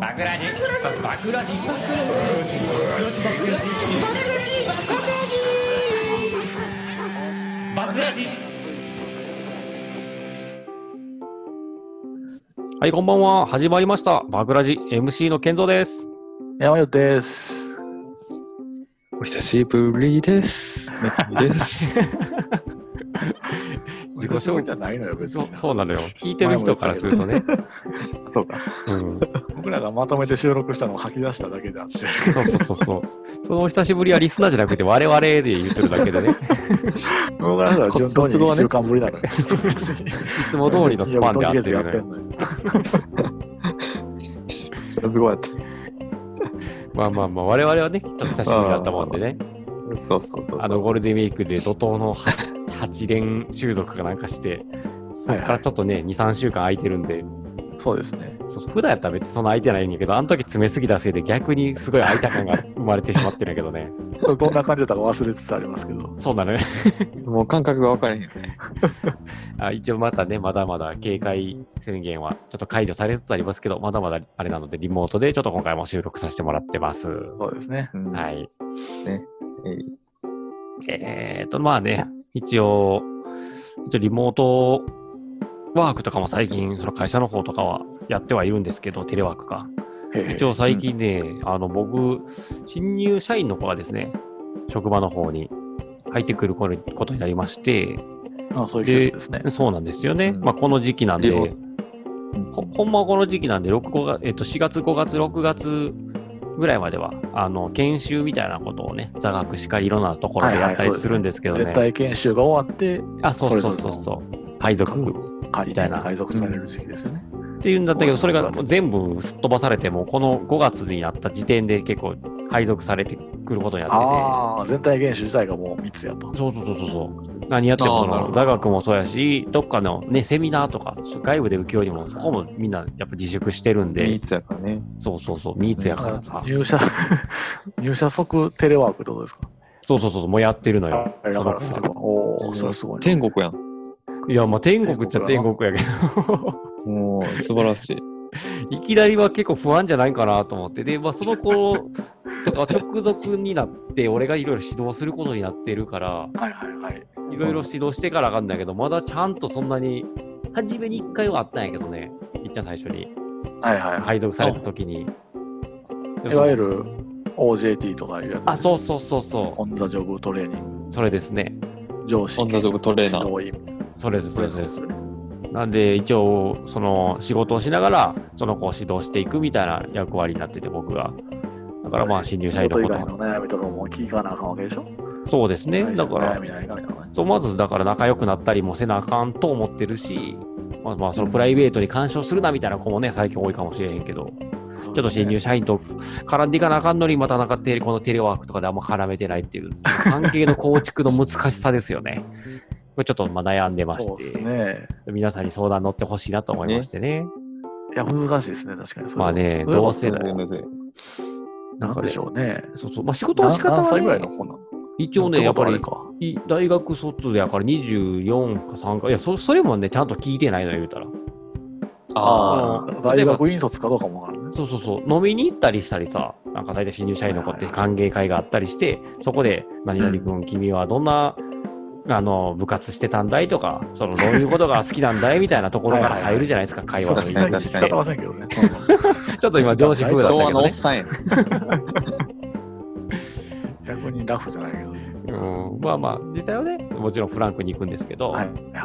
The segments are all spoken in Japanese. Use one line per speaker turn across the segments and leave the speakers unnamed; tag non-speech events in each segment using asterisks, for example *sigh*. バクラジバクラジバクラジ
はい、こんばんは。始まりました。バグラジ MC の健三です。
山よです。
お久しぶりです。めっみです。
自己紹介
ゃないのよ、別
そうそうなのよ。聞いてる人からするとね。 *laughs*
そうか。
うん、
僕らがまとめて収録したのを吐き出しただけであって。
そうそうそうそう。そのお久しぶりはリスナーじゃなくて我々で言ってるだけでね。い
僕ら
*laughs*
は
順当に
1
一
週
週
間ぶりだか
*laughs*
ら。
つも通りのスパンであってるの
やって
よ。
んのよ。
すごい。
まあまあまあ、我々はね、きっと久しぶりだったもんでね。
そうそうそう。
あのゴールデンウィークで怒涛の8 8連収束かなんかして、そっからちょっとね、2、3週間空いてるんで、
そうですね。
そうそう普段やったら別にそんな空いてないんやけど、あの時詰めすぎたせいで逆にすごい空いた感が生まれてしまってるんやけどね。
どんな感じだったか忘れつつありますけど。
そうなのよ。
もう感覚が分からへんよね。。
あ一応またね、まだまだ警戒宣言はちょっと解除されつつありますけど、まだまだあれなので、リモートでちょっと今回も収録させてもらってます。
そうですね。
はいい。
えい
えー、っと、まあね、一応、一応リモートワークとかも最近、その会社の方とかはやってはいるんですけど、テレワークか。一応最近ね、あの、僕、新入社員の子がですね、職場の方に入ってくるこれことになりまして、
あそういう季節ですね。
そうなんですよね。
うん
まあ、この時期なんで、
でも
ほほんまはこの時期なんで6が、えっと4月、5月、6月ぐらいまでは、あの研修みたいなことをね、座学しかりいろんなところでやったりするんですけどね。
絶対研修が終わって、
あ、そうそうそ
そうれ
そ
ぞ
う。配属っ
解
みたいな
配属される時期ですよね。
ていうんだったけど、それが
そうそう
全部すっ飛ばされて、もうこの5月になった時点で結構配属されてくることになってて。
ああ、全体研修自体がもう3つやと。
そうそうそうそうそう。何やってもそ
あーなるほ
の
ど
座学もそうやし、どっかのね、セミナーとか、外部で受けようにも、そこもみんなやっぱ自粛してるんで
い、つやからね。
そうそうそう、ミーツやからさ。
入社、 *laughs* 入社即テレワークってことですか
そうそうそうそう、もうやってるのよ。
あだからすごい。おお、それすごいね。
天国やん。
いや、まあ天国っちゃ天
天
国やけ
*laughs*
ど、
もう素晴らしい。
いきなりは結構不安じゃないかなと思って、で、まあその子とか直属になって、俺がいろいろ指導することになってるから、
はいはいはい。
いろいろ指導してからあかんだけど、まだちゃんとそんなに、初めに1回はあったんやけどね、いっちゃん最初に、
はいはいはい。
配属された時に。でも
い
その
わゆる OJT とかいうやつ。
あ、そうそうそうそ
オンザジョブトレーニン
う、それですね。
グ、上
*laughs*
司、
オンザジョブトレーナー
指導員
それです、それですそれです。なんで一応その仕事をしながらその子を指導していくみたいな役割になってて僕がだからまあ新入社員の
仕
こ
事以外の
と
悩みとかも聞かなあかんわけでしょ
そうですね
最
だ
初
か
の
ら
悩みないからね。
そうまずだから仲良くなったりもせなあかんと思ってるしまあまあそのプライベートに干渉するなみたいな子もね最近多いかもしれへんけど
ちょ
ちょっと新入社員と絡んでいかなあかんのにまたなんかテレこのテレワークとかであんま絡めてないっていう関係の構築の難しさですよねこれちょっとまあ悩んでまし
そうです
て、
ね。
皆さんに相談乗ってほしいなと思いましてね
いや、難しいですね、確かにそれ
ま
は。
あね、
それは
同世代。
全然
な
なんん
か
で
ね
し、ょうね。
そうそう、まあ、仕事の仕方
な何
は、
歳ぐらい
ね
の、子なの
一応ね、やっぱり
てことはあれか
い大学卒やから24か3か、いやそ、それもね、ちゃんと聞いてないのよ、言うたら。
あ
あ
あの
ー
例え
大
ば
学院卒かどうかもわからんね。
そうそうそう、飲みに行ったりしたりさ、なんか大体新入社員の子って歓迎会があったりして、そこで、何々君、君はどんな、あの部活してたんだいとか、そのどういうことが好きなんだいみたいなところから入るじゃないですか、会話の
そう
入
ですね確か
り口
仕
に
方ませんけど
*laughs*
ね。
ちょっと今、上司風だ
昭
った
和の
けど
おっ
ね。
さんやん。
逆にラフじゃないけどね。
うん、まあまあ、実際はね、もちろんフランクに行くんですけど、
はい
い、
は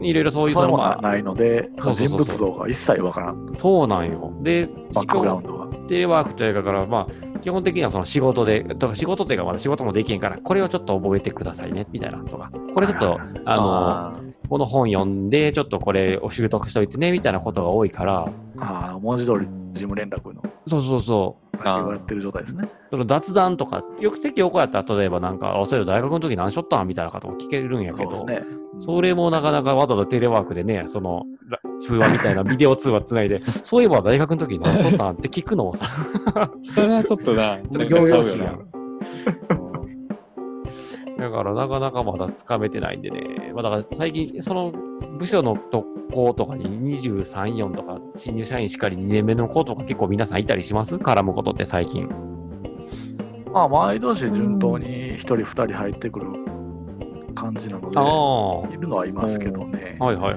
ろいろそうい
い。
う
そ
そ
れ
の、
も
まあ、
ないので、
そうそうそう
人物像が一切わからん。
そうなんよ。で、
バックグラウン
しか
ドが。
もテレワークというから、まあ、基本的にはその仕事で、とか仕事というか、まだ仕事もできへんから、これをちょっと覚えてくださいね、みたいなとか、これちょっと、あの、
あ
この本読んで、ちょっとこれを習得しといてね、みたいなことが多いから、
ーあー、文字通り事務連絡の
そうそうそう、
あ
やってる状態ですね。
その雑談とか、よく席横やったら、例えばなんか、あそういえば大学の時何しょったんみたいなことも聞けるんやけ
そう
ど、
ですね。
それもなかなかわざわざテレワークでね、そのら通話みたいな、ビデオ通話つないで、そういえば大学の時何しとったんって聞くのもさ、
それはちょっとな、ちょっと
仰
ちゃ
々
う
し
よ
いや
な。
んだからなかなかまだつかめてないんでね、まあ、だから最近その部署のとことかに23、4とか、新入社員しっかり2年目の子とか結構皆さんいたりします絡むことって最近。
まあ、毎年順当に1人、2人入ってくる感じなの
あ
で、
あ、はい
るのはいますけどね、
いはいはい。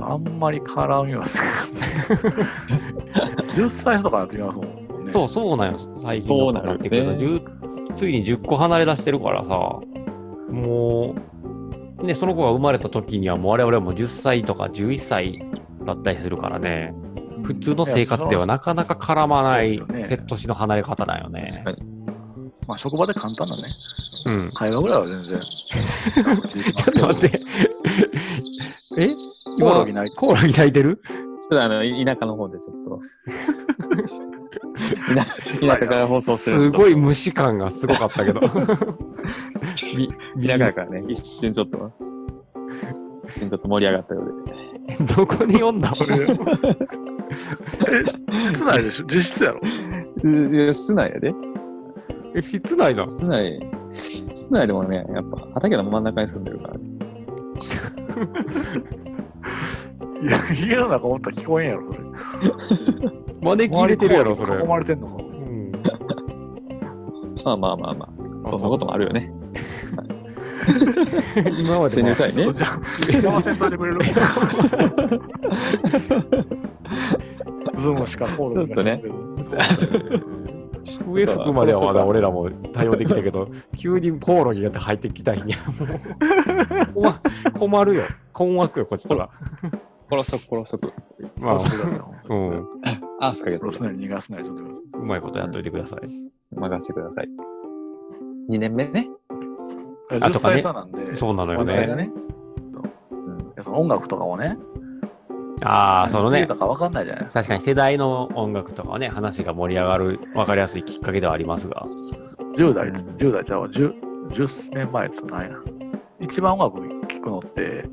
あんまり絡みは *laughs* する。10歳とかになってきますもんね。
そう、そうなんよ、最近の子になってくる
そうな
と、
んよ
10ついに10個離れ出してるからさ、もう、ね、その子が生まれた時には、もう我々はもう10歳とか11歳だったりするからね、
うん
普通の生活ではなかなか絡まな
そう
い
ですよね
セットしの離れ方だよね。
確かに。
まあ、職場で簡単なね、
うん。
会話ぐらいは
*laughs*
全
ち
然。
ょっと待って。 *laughs* え
コオロギない
コオロギ泣いてる
ただ、あの、田舎の方でちょっと。田田舎から放送す
す
る。
ごい虫感がすごかったけ *laughs* ど。み
田舎だからね、一瞬ちょっと、一瞬ちょっと盛り上がったようで。
どこに読んだ俺。 *laughs*
え室内でしょ実質やろ。
いや室内やで。
え室内だ。
室内、室内でもね、やっぱ畑の真ん中に住んでるからね。
いや家の中おったら聞こえんやろ、それ。
招き入れてるやろ、それ。
周りに囲まれてんのか。
うん
まあまあまあまあ、そんなこともあるよね。
今 *laughs* まで
新
も
入社員ね。
じゃあ、邪魔せんといてくれるズームしかコール
そうね
笛吹くまではまだ俺らも対応できたけど、急にコオロギが入ってきたんや。 *laughs* もう困困るよ。困惑よ、こっちとら。
殺しとく、殺しとく。
まあ、う、
うんん。
う
アースかけて
ロスなり逃がすなりちょっとくださ
まいことやっといてください。
任せてください。2年目ね。
い。
あ
10
とかね
歳差なんで、
そうなのよ
若
実際
手
が
ね。
ね、
うん
いやその音楽とかもね、
ああ、その
何
ね
聴いた。か分かんないじゃないですか。
確かに世代の音楽とかはね、話が盛り上がる、わかりやすいきっかけではありますが。
10代っつ、10代ちゃうわ、10, 10年前っつうのないな。一番音楽聴くのって、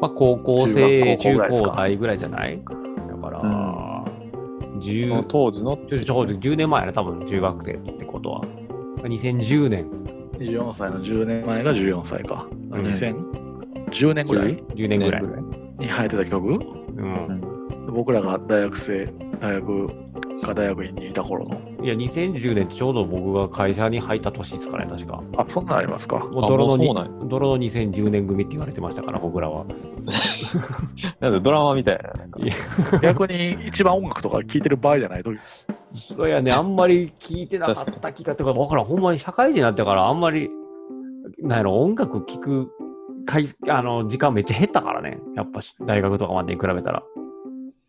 まあ、高校生、中
中学高校ぐらいですか
高大ぐらいじゃないだから、
そ
10
の当時の
ちょちょ10年前やな、多分中学生ってことは。2010年、
24歳の10年前が14歳か。
ん
2010年ぐらい
10年ぐらい。
に流行ってた曲
うん、
僕らが大学生、大学か大学院にいた頃の。
いや、2010年ってちょうど僕が会社に入った年ですからね、確か。
あ、そんなんありますか。
もう泥のに
そうなん
泥の2010年組って言われてましたから、僕らは。
なんでドラマみたいな。なんか
いや
*laughs* 逆に一番音楽とか聴いてる場合じゃないと、
いやね、あんまり聞いてなかった気がとか、わからん、ほんまに社会人になってから、あんまり、なんやろ、音楽聴く回あの時間めっちゃ減ったからね、やっぱし大学とかまでに比べたら。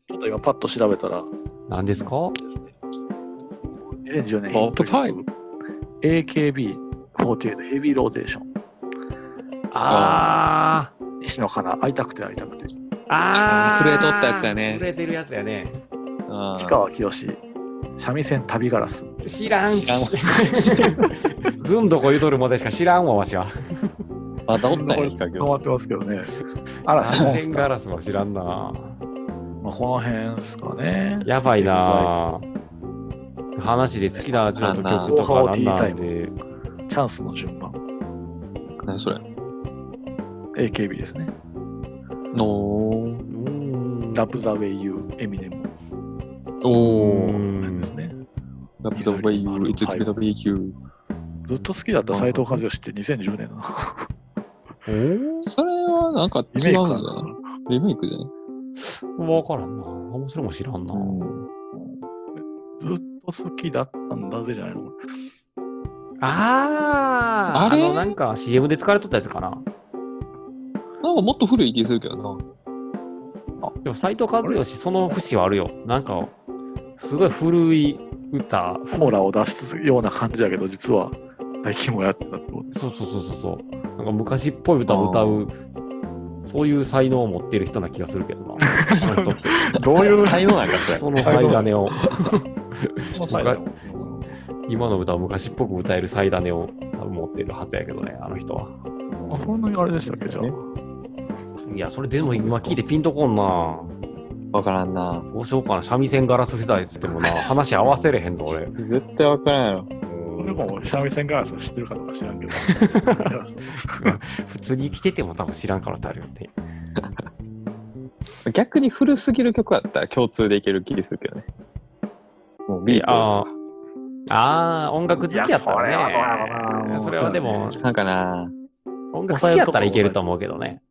ちょっと今パッと調べたら、
なんですか
2010年
トップファイ
AKB48 ヘビーローテーション。
あー、
西野カナ、会いたくて会いたくて。
あー、
震えとったやつやね
震えてるやつやね。
あ
氷
ー
川きよし、三味線旅ガラス。
知らん。
知らんわ
ずんどこ言うとるまでしか知らんわ、わしは。
*laughs* またおったんや、
これ
ヒカキ
止ま
ヨ
ってますけどね。嵐モン
ペ
ス
ン
タ
ガ
ー。
ラスは知らんな。
まあ、この辺ですかね。
やばいな。話で好きなちょっと曲とかなんなんで、
チャンスの順番。
何それ
AKB ですね。
の
うーん
ラップザウェイユー、エミネム
ー。おー。
ですね。
ラピドウェイユー、いつつびとびきゅう。
ずっと好きだった斎藤和義って2010年の
えー
それはなんか
リ
違
メイク
う
か
んだな。リメイクじゃない
わからんな。あんまそれも知らんな。
ずっと好きだったんだぜじゃないのこれ
あー
あれ
のなんか CM で使われとったやつかな。
なんかもっと古い気するけどな。
*laughs*
でも斎藤和義、その節はあるよ。なんか、すごい古い歌。
オーラを出しつつような感じだけど、実は最近もやってたってこと。
そうそうそうそうそう。なんか昔っぽい歌を歌う、そういう才能を持ってる人な気がするけ *laughs* どな。その人って
どう
*laughs*
いう
才能なんかそれ。
その才種を。
才能
今の歌を昔っぽく歌える最種を多分持ってるはずやけどね、あの人は。
あそんなにあれでしたっけじゃあ。
いや、それでも今聞いてピンとこんな。
わからんな。
どうしようかな、三味線ガラス世代っつってもな、話合わせれへんぞ、俺。
絶対わからんやろ。
これも三味線ガラス
*laughs*
知ってるかどうか知らんけど。
普通に生きてても多分知らんからってあるよね。
逆に古すぎる曲だったら共通でいける気するけどね。もうビートル
ああ、音楽好きやったら
いや
ね。
そ
そ
れ
れ
は
は
ど
で
うなの
も
ズ、とか。なんかな
音楽好きやったらいけると思うけどね。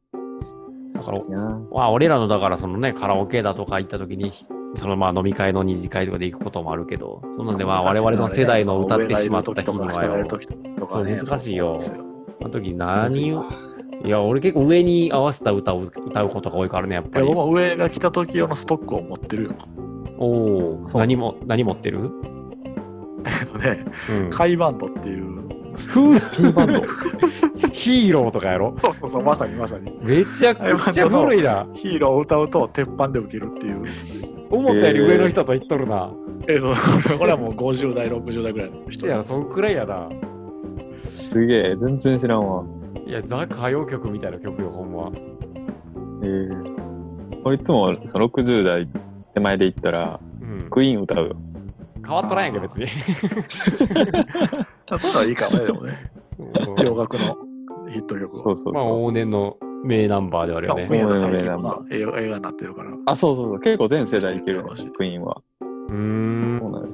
だから、
な
まあ、俺らのだからそのね、カラオケだとか行った時に、そのまあ飲み会の二次会とかで行くこともあるけど、そんなんでまあ我々の世代の歌ってしまった日にはよ、そう難しいよあの時何を、いや、俺結構上に合わせた歌を歌うことが多いからね、やっぱ
で
り。
もう上が来た時用のストックを持ってるよ。
おお、
そう
何も、何持ってる
えっとね、
うん。
カイバンドっていう。
ふう
キーバンド。
ヒーローとかやろ
そうそうそう、まさにまさに。
めちゃくちゃ古いな。
ヒーローを歌うと鉄板で受けるっていう。
思ったより上の人と言っとるな。
えそう *laughs* 俺はもう50代、60代ぐらいの人
いや、そんくらいやな。
すげえ、全然知らんわ。
いや、ザ・歌謡曲みたいな曲よ、ほんま。
えー、俺いつもその60代手前で行ったら、
うん。
クイーン歌うよ。
変わっとらんやんけ、別に。
あそうならいいかもね、でもね。 *laughs* 洋楽のヒット曲を。
そうそ
*laughs*
う
まあ、
そう。
往年の名ナンバーではあるよ
クイ
ね。
ーンの最近もな映画映画になってるから。
あ、そうそうそう。結構全世代いけるね、クイーンは。
うー。
そうんなんで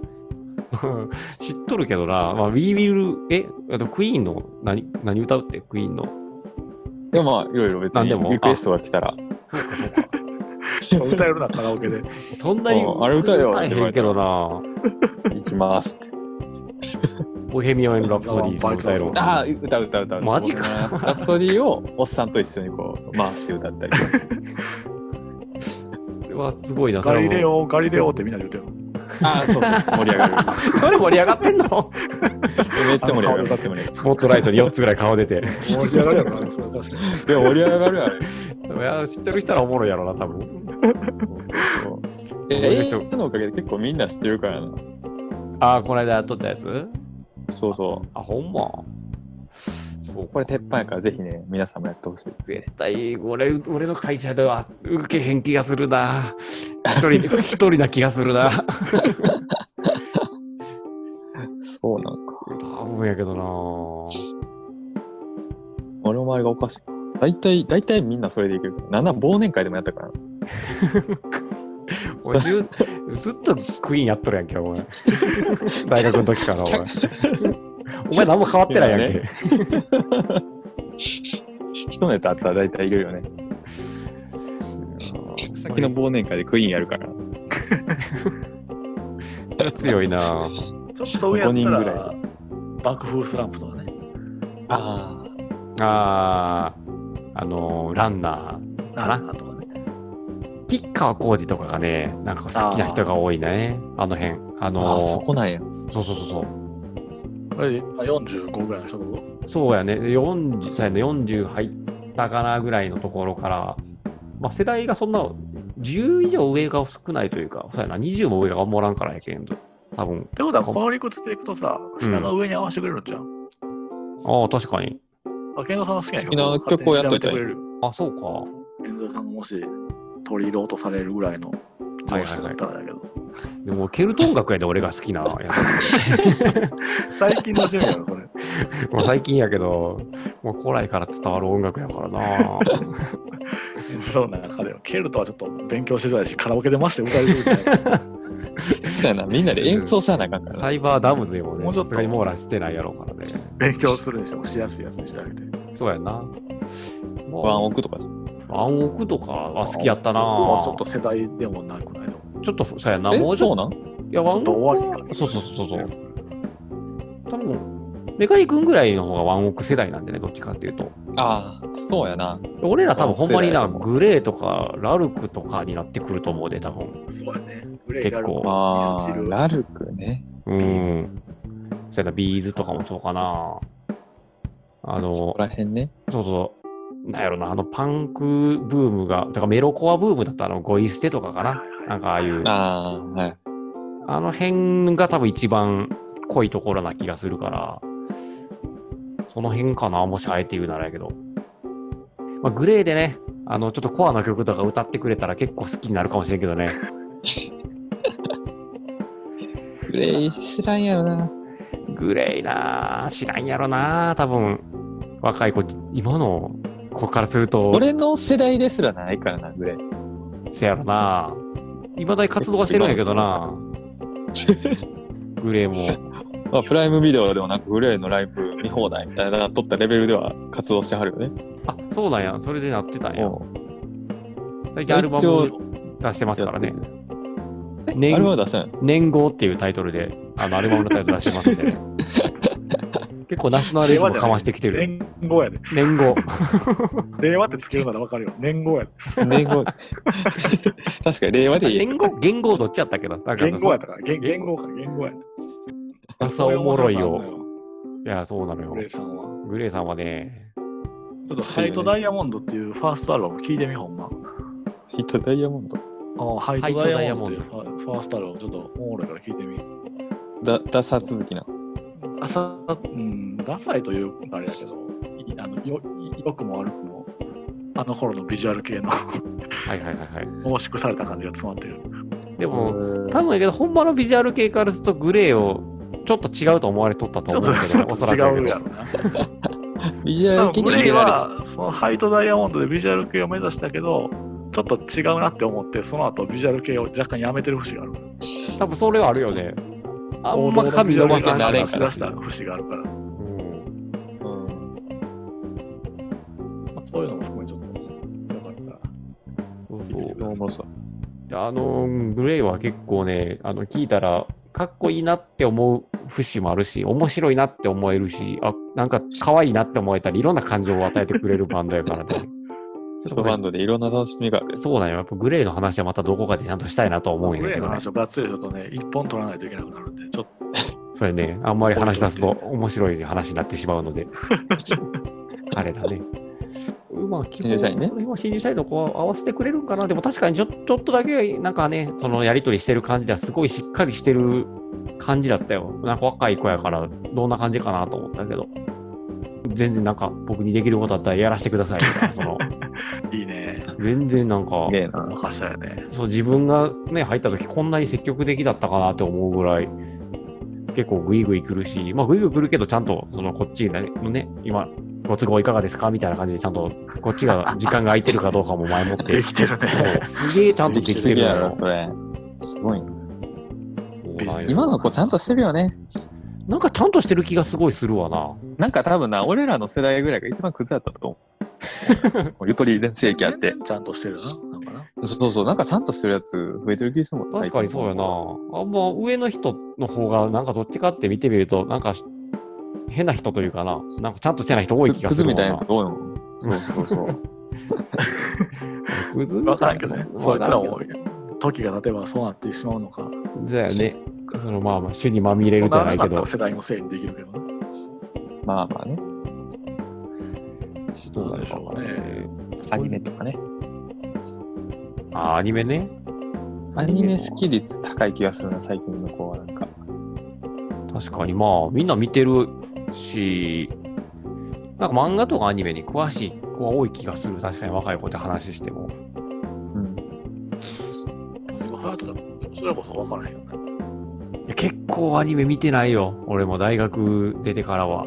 知っとるけどな、まあ、We Will、え、あとクイーンの何、何歌うって、クイーンの。 *laughs*
す。でもまあ、いろいろ別
なんで
に
も
リクエストが来たら、
そうか、そうか。
歌えるな、カラオケ *laughs* で。
そんなに
うんあれ歌えよ
大変けどな。
行きますって。
ボヘミアン・ラプソディー歌えろ。
ああ、歌う歌う歌う。
マジか
ラプソディをおっさんと一緒にこう、回して歌ったり。
それはすごいな、そ
ガ
れ
リ
も
レオ、ガリレオってみんなで言うてる。
*laughs* ああ、そうそう。盛り上が *laughs* る。
*laughs* それ盛り上がってん *laughs* の
めっちゃ盛り上がる。めっちゃ盛り上がる。
スポットライトに4つぐらい顔出て。
*laughs* 盛り上がるやろな、それ確かに。
いや、盛り上がるやろ。
いや知ってる人はおもろいやろな、多分。
そうそうえ映画のおかげで結構みんな知ってるからな。
ああ、この間撮ったやつ
そうそう。
あ、ほんま。そう
これ鉄板やからぜひね、皆さんもやってほしい。
絶対俺俺の会社では受けへん気がするな一人 *laughs* 一人な気がするな
そうなんか。
多分やけどな
俺の周りがおかしい。大体、大体みんなそれでいける。なんなら忘年会でもやったからな。
俺ずずっとクイーンやっとるやんけお *laughs* 前大学の時からお前お前何も変わってないやんけ、
いや一ネタあったら大体いけるよね。先の忘年会でクイーンやるから。
*laughs* 強いな
ちょっと上やった
五人ぐ
ら
ら、
爆風スランプとかね。
ああ。
あーあのランナーかな
あとかね。
吉川浩司とかがねなんか好きな人が多いねあの辺あの
ああ、そこなんや。
そうそうそうそう
これ、まあ45ぐらいの人と
そうやね、40歳の40入ったかなぐらいのところから、まあ、世代がそんな10以上上が少ないというか、そうやな、20も上がもらんからやけんと、多分
ってことは、この理屈でいくとさ、品が上に合わせてくれるんじゃん。
ああ、確かに。
あ、健三さんの好きな
好きな曲をやっといたらい
勝手に調べてく
い
れる
あそうか。
健三さんがもし取り入れようとされるぐらいの上司だったらだけど、
でも、ケルト音楽やで俺が好きなや *laughs*
最近の趣味やろ、それ。
つ。まあ最近やけど、もう古来から伝わる音楽やからな。
*laughs* そうな中では、ケルトはちょっと勉強しづらいし、カラオケでまして歌えるみたいな。
そうやな。みんなで演奏しゃあなあかんからな。
サイバーダムズでも
もう
ね、
ちょっ
さ
と
すがに網羅してないやろうからね。
*laughs* 勉強するにしてもしやすいやつにしてあげて。
そうやな。まあ
ワンオクとかじゃん。
ワンオクとかは好きやったな。
僕はちょっと世代でもなくないの。
ちょっとそうやな。も
え、
うちょっと
そうなん
いや、ワンオク
ちょっと終わり
は
か
そうそうそうそう。多分、メカニ君ぐらいの方がワンオク世代なんでね、どっちかっていうと。
ああ、そうやな。
俺ら多分ほんまに
ワ
な、
ンオク世代だと
グレーとかラルクとかになってくると思うで、多分。
そうやね。グレ
イガル
ル
コ
あ
ミスチ
あ、
ル。
ラルクね。
うん。そうやな、ビーズとかもそうかな。あの、
そ
そ
こら辺ね。
うそう。なんやろな、あのパンクブームが、だからメロコアブームだったの、ゴイステとかかな。なんかああいう、
ああ、はい。
あの辺が多分一番濃いところな気がするから、その辺かな、もしあえて言うならやけど。まあ、グレーでね、あの、ちょっとコアな曲とか歌ってくれたら結構好きになるかもしれんけどね。
グレイ知らんやろな。
グレーなぁ、知らんやろなぁ、多分。若い子、今のここからすると、
俺の世代ですらないからな、ぐらい。
せやろな。いまだに活動はしてるんやけどな。グレーも。
まあ、プライムビデオでもなく、グレーのライブ見放題みたいな、撮ったレベルでは活動してはるよね。
あ、そうなんや。それでなってたんや。
う
最近アルバ
一応
ム出してますからね。
んあれは
年
出したない。
年号っていうタイトルで、あの、アルバムのタイトル出してますんで
*laughs*
ね。結構ナショナリズムをかましてきてる。
年号やで。
年号。
令和ってつけるならわかるよ。年号やで。
年号。 *laughs* 確かに令和でいい。
年号言語どっちやったっけど。なんか
言語やったから。言言語か、言語やで。
ダサおもろい
これ面白さあんの
よ。いや、そうなのよ
グ。レイさんは。
グレーさんはね、
ちょっとハイトダイヤモンドっていうファーストアルバム聞いてみ、ほんま。
ヒットダイヤモンド。
ああ、ハイ
ハイ
ト
トダ
ダ
イ
イ
ヤ
ヤ
モ
モ
ン
ン
ド
ドっていうファファーストアルバム、ちょっとおもろいから聞いてみ。
だ、ダサ続きな。
ダサ、うん、ダサいというかあれだけど、いあのよ良くも悪くも、あの頃のビジュアル系の
はいはいはいはい。
濃縮された感じが詰まってる。
でも、多分やけど、ほんまのビジュアル系からすると、グレーをちょっと違うと思われとったと
ちょっ
思
と
うけど、おそら
違
くやけ
う
ど
やろな。
ビジュア
多分
ル的
グ
に
レイ
出ら
は、そのハイトダイヤモンドでビジュアル系を目指したけど、ちょっと違うなって思って、その後ビジュアル系を若干やめてる節がある。
多分それはあるよね。あんま髪伸ばせ
て
な。
ないれん
出
か
し
ら
出した節があるから、ま
うん
れる。うん
あ、そういうのも含めちょっと、よかったら。
そうそう。
おもろそう。
あのグレイは結構ね、あの聞いたら、かっこいいなって思う節もあるし、面白いなって思えるし、あなんか可愛いなって思えたり、いろんな感情を与えてくれるバンドやからね。
ソロバンドでいろんな楽しみがある。
そうなんよ。やっぱグレイの話はまたどこかでちゃんとしたいなとは思うん
グ
や
レ
け
イの
どね。
話をがっつりするとね、一本取らないといけなくなるんで、ちょっ
それね、あんまり話し出すと面白い話になってしまうの
*laughs*
で。彼らね。まあ、
新入社員ね
この辺は新入社員の子は合わせてくれるんかな。でも確かにちょちょっとだけ、なんかね、そのやりとりしてる感じではすごいしっかりしてる感じだったよ。なんか若い子やから、どんな感じかなと思ったけど。全然なんか僕にできることあったらやらせてくださいみたいな。そ
*laughs*
の
と、いいね。
全然なんか
すげえな。
任せたよね。
そう自分がね入った時こんなに積極的だったかなって思うぐらい結構グイグイ来るしまあグイグイ来るけどちゃんとそのこっちのね今ご都合いかがですかみたいな感じでちゃんとこっちが時間が空いてるかどうかも前もって
*laughs*
できてるね。
そうすげえちゃんと
で
でき
きす
て
ぎ
る
や
のよ
ろ、それ。すごいな。
そうなんよ
今の子ちゃんとしてるよね。
なんかちゃんとしてる気がすごいするわな
なんか多分な、俺らの世代ぐらいが一番クズだったと *laughs* 思う。ゆとり全盛期あって。。
ちゃんとしてるな。なんかな。
そうそう、なんかちゃんとしてるやつ増えてる気がするもん。
確かにそうや
最近。
なあんま上の人の方がなんかどっちかって見てみるとなんか変な人というかななんかちゃんとしてない人多い気が
ク
す
ズ
るわ
みたいなやつが多いもん。そうそうそう。
クズみ
わか
た
ら
いな
んけどね。
そ
そういつらも、時が経てばそうなってしまうのか。
じゃあね、そのまあまあ、種にまみれるじ
な
ゃ
ら
な
ないか
け
っ
ど
た、世代のせいにできるけどね。
*laughs* まあまあね。
どうなんでしょうかね。
アニメとかね。
あ、アニメね。
アニメ好き率高い気がするな、最近の子はなんか。
確かにまあ、みんな見てるし、なんか漫画とかアニメに詳しい子は多い気がする。確かに若い子で話しても。
うん。
今流行ってたもんでもそれこそわからへんよね。
いや結構アニメ見てないよ。俺も大学出てからは。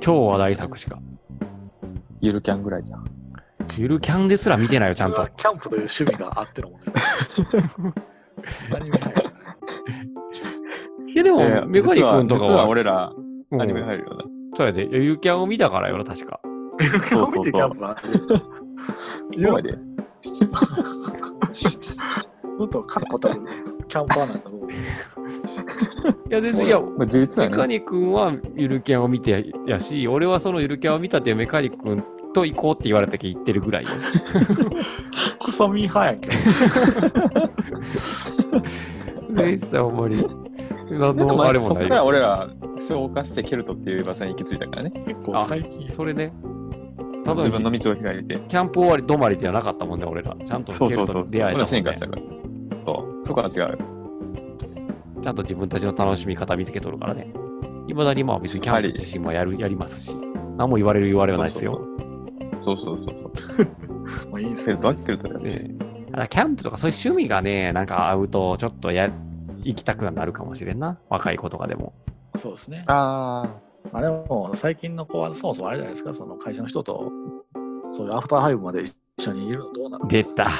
超話題作しか。
ゆるキャンぐらいじゃん。
ゆるキャンですら見てないよ、ちゃん
そ
と
れは。キャンプという趣味があっての
*laughs*
もんね。アニメ入る
いや、で
いやいや
も、メガリ
実は
君とか
実は
は、
俺ら
うん
アニメ入るよね。
そうやで。ゆるキャンを見たからよな、確か。
そ
*laughs*
うそうそう
キャンプがあって、
すごいで。
うんと確固たるキャンパーなんだと思う。
いや、全然、いや、
まあ実は
メカ
ね。
ニ君はゆるキャンを見てやし、俺はそのゆるキャンを見たってメカニ君と行こうって言われたけ行ってるぐらいよ。
クソミーハーやんけ。
レイさんあんまり。何
なんか
の
まあ
あれも
そ
な
こ
い
から
よ。
俺ら消化してケルトっていう場所に行き着いたからね。
結構最近。
それね。ただ
自分の道を開いて。
キャンプ終わり止まりじゃなかったもんね、俺ら。ちゃんと
そう
ケ
そ
ル
うそ
ト
う。
と
そ
出会え
れ
た
は
もん
進
ね
化し。たから。そう。そこは違う。
ちゃんと自分たちの楽しみ方見つけとるからね。いまだにまあ別にキャンプ自身もやるやりますし、何も言われる言われはないですよ。
そうそうそうそう。
もういいんす
ケル
よ
トはケルトだよ
ね
ね。
ただキャンプとかそういう趣味がね、なんか合うとちょっとや行きたくなるかもしれんな。若い子とかでも。
そうですね。
ああ。
まあでも、最近の子はそもそもあれじゃないですか、その会社の人とそういうアフターハイブまで一緒にいるのどうなの
出た。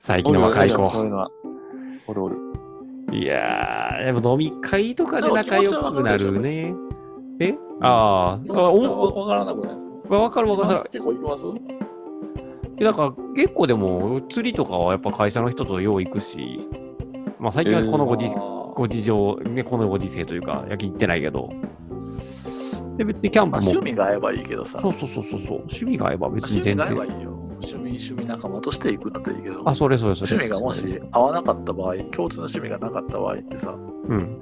最近の若い
おるよそう
子。
いうのは。おるおる。
いやー、でも飲み会とかで仲良くなるね。えあーあ、お、
わからなくないですか
おわかるわかる。
結構います
なんか結構でも釣りとかはやっぱ会社の人とよう行くし、まあ、最近はこのご時,、ご事情、ね、このご時世というか焼き行ってないけどで別にキャン
まあ、
プも
趣味が合えばいいけどさ、
そうそうそうそうそう趣味が合えば別
趣
に
味
全
が合えば
然
いいよ。趣味、趣味仲間として行くなっていいけど、
あそれそれそ
趣
れ
味がもし合わなかった場合、共通の趣味がなかった場合ってさ、
うん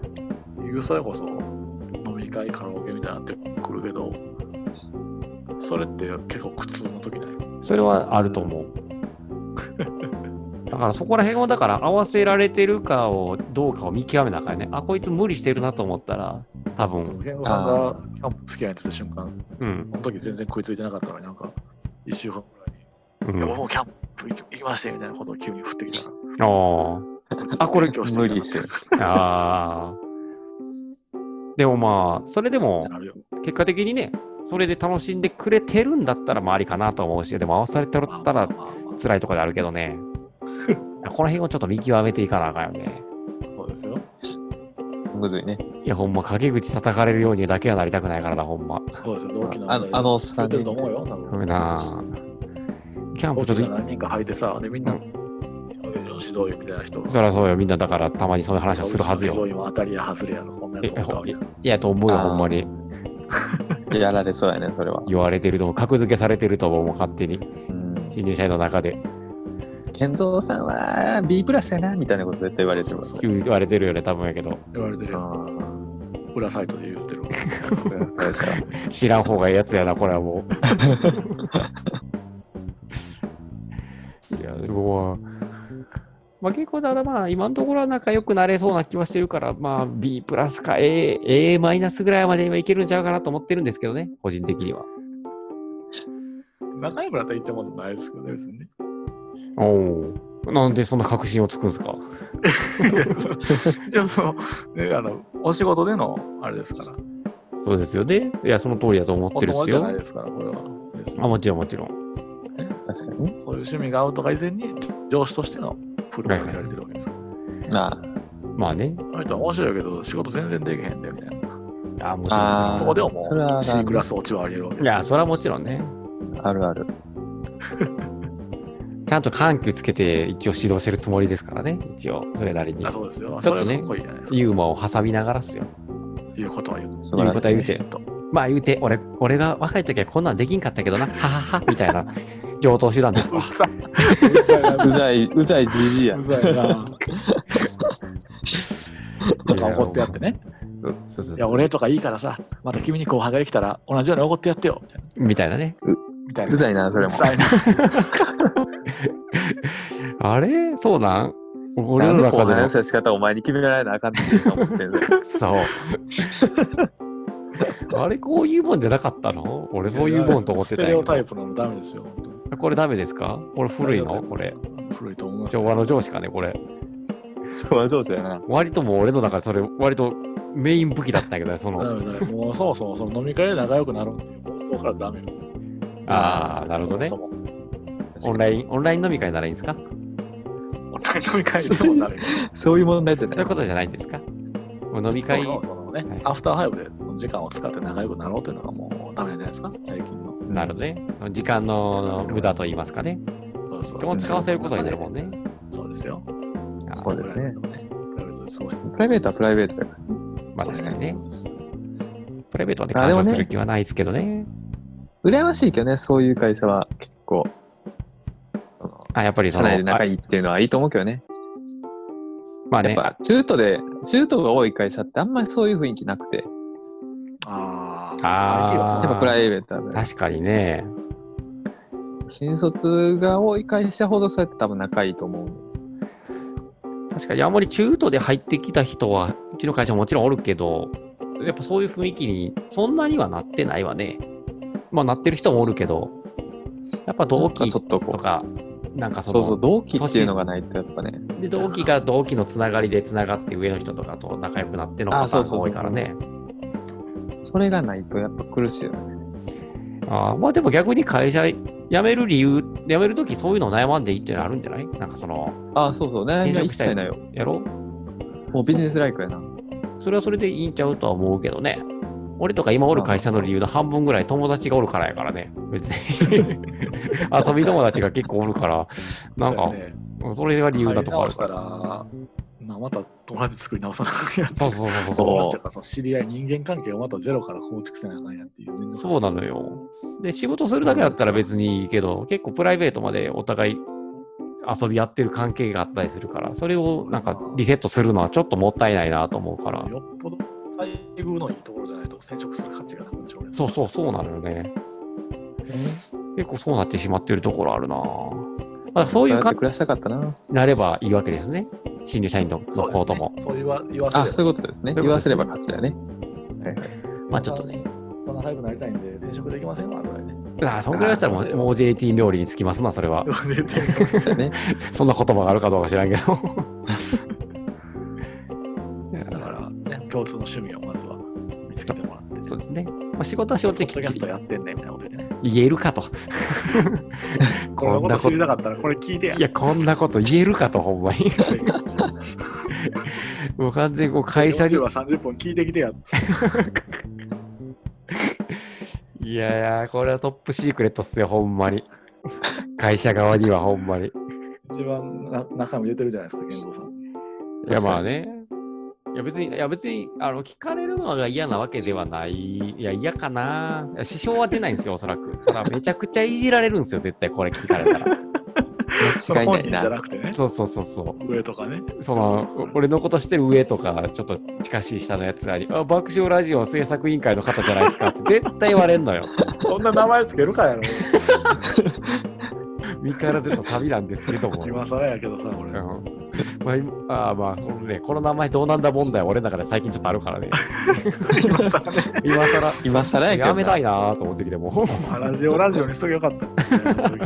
それこそ飲み会、カラオケみたいになってくるけど、それって結構苦痛の時だよ。
それはあると思うだからそこら辺をだから合わせられてるかをどうかを見極めなあかんねあこいつ無理してるなと思ったら多
そ
分
の辺はさんがキャンプ付き合いにってた瞬間、
うん
その時全然食いついてなかったのになんか、一週間ぐらいに、
う
い
ん
や、
あ
僕もキャンプ行き行きましたよみたいなことを急に振ってきたら、
ああこれ
勉強
無
き
理
た
してる。
ああ。でもまあ、それでも
って、なるよ。
結果的にね、それで楽しんでくれてるんだったら、まあありかなと思うし、でも合わされて
まあ
たら
まあまあまあ
辛いところであるけど *laughs* ね。この辺をちょっと見極めていかなあかんよね。
そうですよ。
むずいね。
いや、ほんま、陰口叩かれるようにだけはなりたくないからな、ほんま。
そうですよ、同期の
あの、あのおっ
作
さ
っ
ん
て
ね
ると思うよ、多
ダ
分。
メだなあキャン
同
プち
期
ょっ
が
と、
何人か履いてさ、で、みんな、
う
指導員みたいな人。
そりゃそうよ、みんなだからたまにそういう話はするはず
うちの
よ。
指導員は当たりや外れやろ、こんなや
え
つおったわけや
いや、と思うよ、ほんまに。
やられそうやね、それは。
言われてると思う、格付けされてると思う、もう勝手に。
うん。
新入社員の中で
健三さんは B プラスやな、みたいなこと絶対言われてます。
そうそう
言われてるよね、多分やけど。
言われてる
あ
よ。
ー
裏サイトで言ってるわ。
知らん方がいいやつやな、これは
*laughs*
もう。いや、でも、まあ、結構ただまあ、今のところは仲良くなれそうな気はしてるから、まあ、B プラスか A、A マイナスぐらいまで今いけるんちゃうかなと思ってるんですけどね、個人的には。
中村と言ったものないですけどね、別
*laughs*
にね。
おお。なんでそんな確信をつくんですか
じゃあ、その、ね、あの、お仕事での、あれですから。
そうですよね。いや、その通りだと思っ
お
てるっ
友達
す
じゃない
よ。
ですから、これは。別に
あ、もちろんもちろん。
確かにね。
そういう趣味が合うとか以前に、上司としてのプロがやられてるわけですから。
ああ。
まあね。
あの人は面白いけど、仕事全然できへんだよ、みたいな。
あ、もちろん。
あー
とこではも
それはあ
う、
る
C クラス落ちはあげるわけ
い
ですよ
や、それはもちろんね。
あるある。
ちゃんと緩急つけて一応指導してるつもりですからね、一応、それなりに
あ。そうですよ。
ち
そ
ょっ
れ
とね
はかっこいいじゃないですか。
ユーモアを挟みながらっすよ。
言うことは言う。
素晴らしい。
言うて
きっと
まあ言うて、俺、俺が若い時はこんなんできんかったけどな、ははは、みたいな上等手段
*laughs*
ですわ。
うざい、うざいじじいや。
うざいな。とか怒ってやってね。
そうそう
いや、
そう。
俺とかいいからさ、また君に後輩ができたら同じように怒ってやってよ。
みたいなね。
みたいな。
うざいな、それ
う
も。
ざいな。
あれそうなん俺
な
の
んで
中
後
で
輩
も
の。接し方お前に決められなあかんねんって思ってんの
*laughs* そう。あれ、こういうもんじゃなかったの俺、 *laughs* そういうもんと思ってた
ス
んや
テレ
け
オ
ど
タイプなのダメですよ。本当に
これダメですかこれ古いのこれ。。
古いと思いますよ。
昭和の上司かね、これ。
昭和上司やな。和
割ともう俺の中でそれ、割とメイン武器だったんやけどね、その。
ダメダメもうそもそもその飲み会で仲良くなろうっていう冒頭からダメよ。
ああ、なるほどね
そ。もそも
オンライン、オンライン飲み会ならいいんですか
オンライン飲み会でもダメよ。
そういう問題じゃ
そうい
な
う
い。
ことじゃないんですかもう飲み会
そ、もそもね
はい、
アフターハイブで時間を使って仲良くなろうというのがもうダメじゃないですか、最近の。
なるほどね。その時間の無駄と言いますかね。
そうそう
人を使わせることになるもんね。
そうですよ。
あ
そうですね
プライベートね。プライベートでそう
プライベートはプライベートやか
まあ確かにね。
そうです
プライベートで
あ
干
でも
渉
ね
する気はないですけどね。
ら。羨ましいけどね、そういう会社は結構、その
あ、やっぱりそ
社
の、
内で仲
あ
いいっていうのはいいと思うけどね。
まあ
やっ
ね、
ぱ中途で、中途が多い会社ってあんまりそういう雰囲気なくて、
あ
あー
IT はそ
や
う
っ
だ
ぱプライベートは
確かにね。
新卒が多い会社ほどそうやって多分仲いいと思う。
確かにあんまり中途で入ってきた人は、うちの会社ももちろんおるけど、やっぱそういう雰囲気にそんなにはなってないわね。まあなってる人もおるけど、やっぱ同期
ちょ
と
っとこう。
か、なんかその、
そうそう、同期っていうのがないとやっぱね。
で同期が同期のつながりでつながって上の人とかと仲良くなってのパ
あ
ター
そう
ンが
そう
多いからね。
それがないとやっぱ苦しいよね。
あーまあでも逆に会社辞める理由、辞めるときそういうの悩まんでいいっていうのあるんじゃないなんかその、
ああ、そうそう。悩みは一切ないよ。
やろ
もうビジネスライクやな。
それはそれでいいんちゃうとは思うけどね。俺とか今おる会社の理由の半分ぐらい友達がおるからやからね。別に。
*laughs*
遊び友達が結構おるから、なんか
そう、やね
それが理由だとかあ
入り直
る
した
から。
ら、なまた友達作り直さなきゃ
そうそうそう
友
そ
達とかその知り合い、人間関係をまたゼロから構築せなあかんやんっていう。
う。そうなのよ。で、仕事するだけだったら別にいいけど、結構プライベートまでお互い遊び合ってる関係があったりするから、それをなんかリセットするのはちょっともったいないなと思うから。
よっぽど待遇のいいところじゃないと転職する価値がなくなっちゃう。
そうそう、そうなのよね。結構そうなってしまってるところあるなまあ、そういう
やっ
感
て暮らしたかったな。
じになればいいわけですね。新入社員の
そうですね
子とも。
そう言わ言わせれば
あ、そういうことですね。
そういうこと
言わ
です
せれば勝ちだよね。
まあちょっとね。
そんな仲良くなりたいんで転職できませんわぐらいね。
ああ、そんぐらいだったらも
なる
う
ほど
もう JT 料理につきますな、それは。
絶対
そうだね。
*laughs* そんな言葉があるかどうか知らんけど。 *laughs* い
だ
や
から、ね、共通の趣味をまずは見つけてもらって。
そうですね。まあ、仕事は仕
ポ
事
ッ
で
ドキ
きっ
ャ
ち
スト
り
やってんねみたいなことでね。
言えるかと。
こ
こ
ん
ん
な
な
こと
こ
知り
と。
たかったらこれ聞いてや。
い
*laughs*
や、こんなこと言えるかと、ほんま *laughs* に。もう完全にこう会社に
40は30分聞いてきてや。
いやいや、これはトップシークレットっすよ、ほんまに。 *laughs* 会社側にはほんまに。い
一番な中身出てるじゃないですか、健三さん。
や、まあね。いや別に、いや別に、あの、聞かれるのが嫌なわけではない。いや、嫌かな。いや支障は出ないんですよ、おそらく。ただ、めちゃくちゃいじられるんですよ、絶対これ聞かれた
*laughs*
ら。
そ
間
の
違い
本
な
人
い
じゃな
な。
くてね。
そうそうそうそう。
上とかね。
その俺のことしてる上とかちょっと近しい下のやつらに「あ爆笑ラジオ制作委員会の方じゃないですか」って絶対言われんのよ。
そんな名前つけるかやろ。
身から出たサビなんですけども。
今更やけどさ、これ。
うんまあ今、ああまあ、そのね、この名前どうなんだ問題は俺の中で最近ちょっとあるからね。*laughs*
*laughs* 今更ね。
今更
今更やけどな。
やめたいなーと思ってきて
*laughs*
も。
あラジオラジオにしときゃよかった。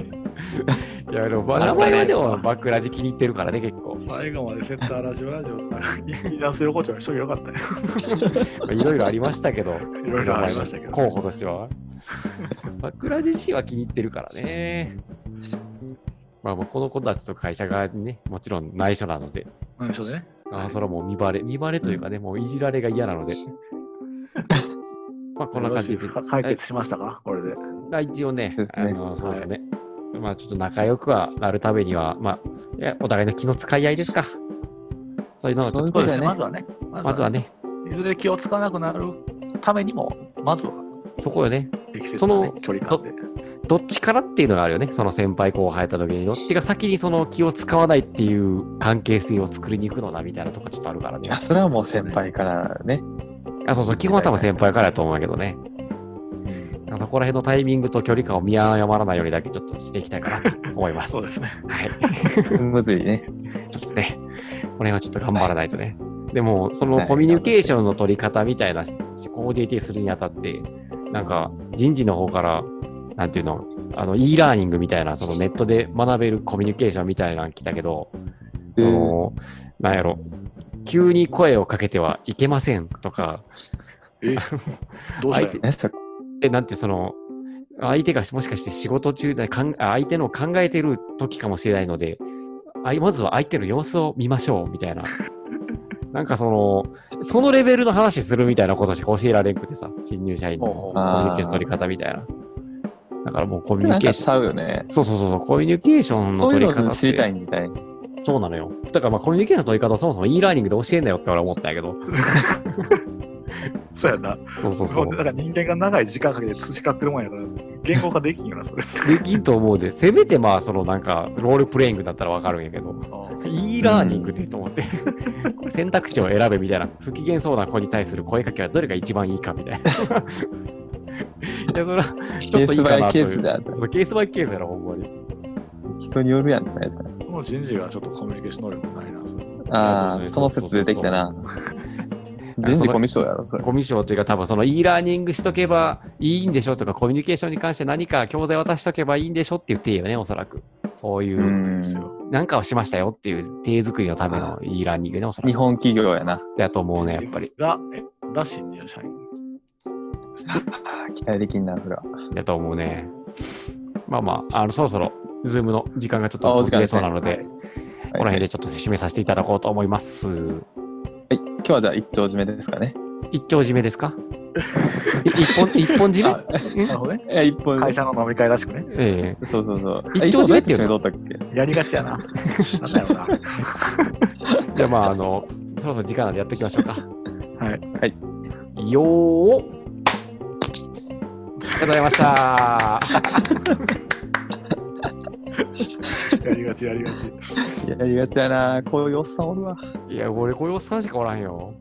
いや、でも、まあ名前はでも、バックラジ気に入ってるからね、結構。
最後までセッターラジオラジオからイラスト横丁にしときゃよかったね。
まあいろいろありましたけど、
いろいろありましたけど。
候補として
*laughs*
は。バックラジ自身は気に入ってるからね。まあ、もうこの子たちと会社側にね、もちろん内緒なので、
内緒でね。
あーそれはもう見バレ、見バレというかね、もういじられが嫌なの
*laughs*
で。まあ、こんな感じで。
よろしいすか解決しましたかこれで。
まあ一応ね、
そうです
あ
ね
のそうですね。まあちょっと仲良くはなるためには、まあいや、お互いの気の使い合いですか。そういうのをちょっ
そ
と
ういうことだね
まずはね。
まずはね、
いずれ気をつかなくなるためにも、まずは
そこよね。
適切な、ね、
その
距離感で。
どっちからっていうのがあるよね。その先輩後輩やった時に、どっちが先にその気を使わないっていう関係性を作りに行くのだみたいなとこちょっとあるから
い
ね
や、。それはもう先輩からね。
あ、そうそう、基本は多分先輩からやと思うんだけどね。そこら辺のタイミングと距離感を見誤らないようにだけちょっとしていきたいかなと思います。
そうですね。
はい。
むずいね。
そうですね。これはちょっと頑張らないとね。でも、そのコミュニケーションの取り方みたいな、OJT するにあたって、なんか人事の方から、なんていうの、あの、e ラーニングみたいな、そのネットで学べるコミュニケーションみたいなの来たけど、*laughs*
う
そ
ん
の、なんやろ、急に声をかけてはいけませんとか、
えどうし
相
たら
手
え、そ
え、なんてその、相手がもしかして仕事中で、かんあ相手の考えてる時かもしれないので、あいまずは相手の様子を見ましょうみたい
*laughs*
な。なんかその、そのレベルの話するみたいなことしか教えられんくてさ、新入社員の
ほ
コ
う
ミ
ほう
ュニケーション取り方みたいな。だからもうコミ
れ
ュ
な
ニ
ん
ケー
か
シ
ち
ョン。
ゃうよね。
そうそうそうそう、コミュニケーションの
そうい
取り
う
方
の
って
知りたいんじゃない
そうなのよ。だからまあコミュニケーションの取り方はそもそも e ラーニングで教えんなよって俺は思ったんやけど。
そうやな。
そうそうそ
こう
う
だ。から人間が長い時間かけて培ってるもんやから、言語化できんよな、それ。
できんと思うで、せめてまあそのなんかロールプレイングだったらわかるんやけど。e
*laughs*
ラーニングでと *laughs* 思って、選択肢を選べみたいな、不機嫌そうな子に対する声かけはどれが一番いいかみたいな。いや、それはち
ケ
ょっとい
ー
い
ス
か
バ
なと
イケ
い
ー
う
スじゃん。
そのケースバイケースやろ、ほんまに。
人によるやんってやつだね
この人事がちょっとコミュニケーション能力ないな、それ。
ああ、その説出てき
*laughs*
たな。全然コミュ障やろ、それ。
コミュ障というか、多分その e ラーニングしとけばいいんでしょとか、コミュニケーションに関して何か教材渡しとけばいいんでしょっていう体よね、おそらく。そういうう、
ん。
です
日
よ
なんかをしましたよっていう体作りのための e ラーニングね、おそらく。
本企業やな。
だと思うね、やっぱり。
が、えが新入社員。
期待できんな、それは。
だと思うね。まあまあ、あのそろそろ、ズームの時間がちょっ
あ
と
お時間
遅
で
れそう
すね
なので、
はい
この辺でちょっと締めさせていただこうと思います。
はい、今日はじゃあ一丁締めですかね。
一丁締めですか *laughs* い一本、一本締め
あなるほどね。
え、一本。
会社の飲み会らしくね。
ええ
そうそうそう。
一丁
えいつもどうやって
どう
締
や
めとったっけ
やりがち
*laughs*
やな。なんだよな。
じゃあまあ、あの、そろそろ時間なんでやっていきましょうか。
はい。
よーおありがとうございました。
やりがち、やりがち。
やりがちやな。こういうおっさんおるわ。
いや、俺、これおっさんしかおらんよ。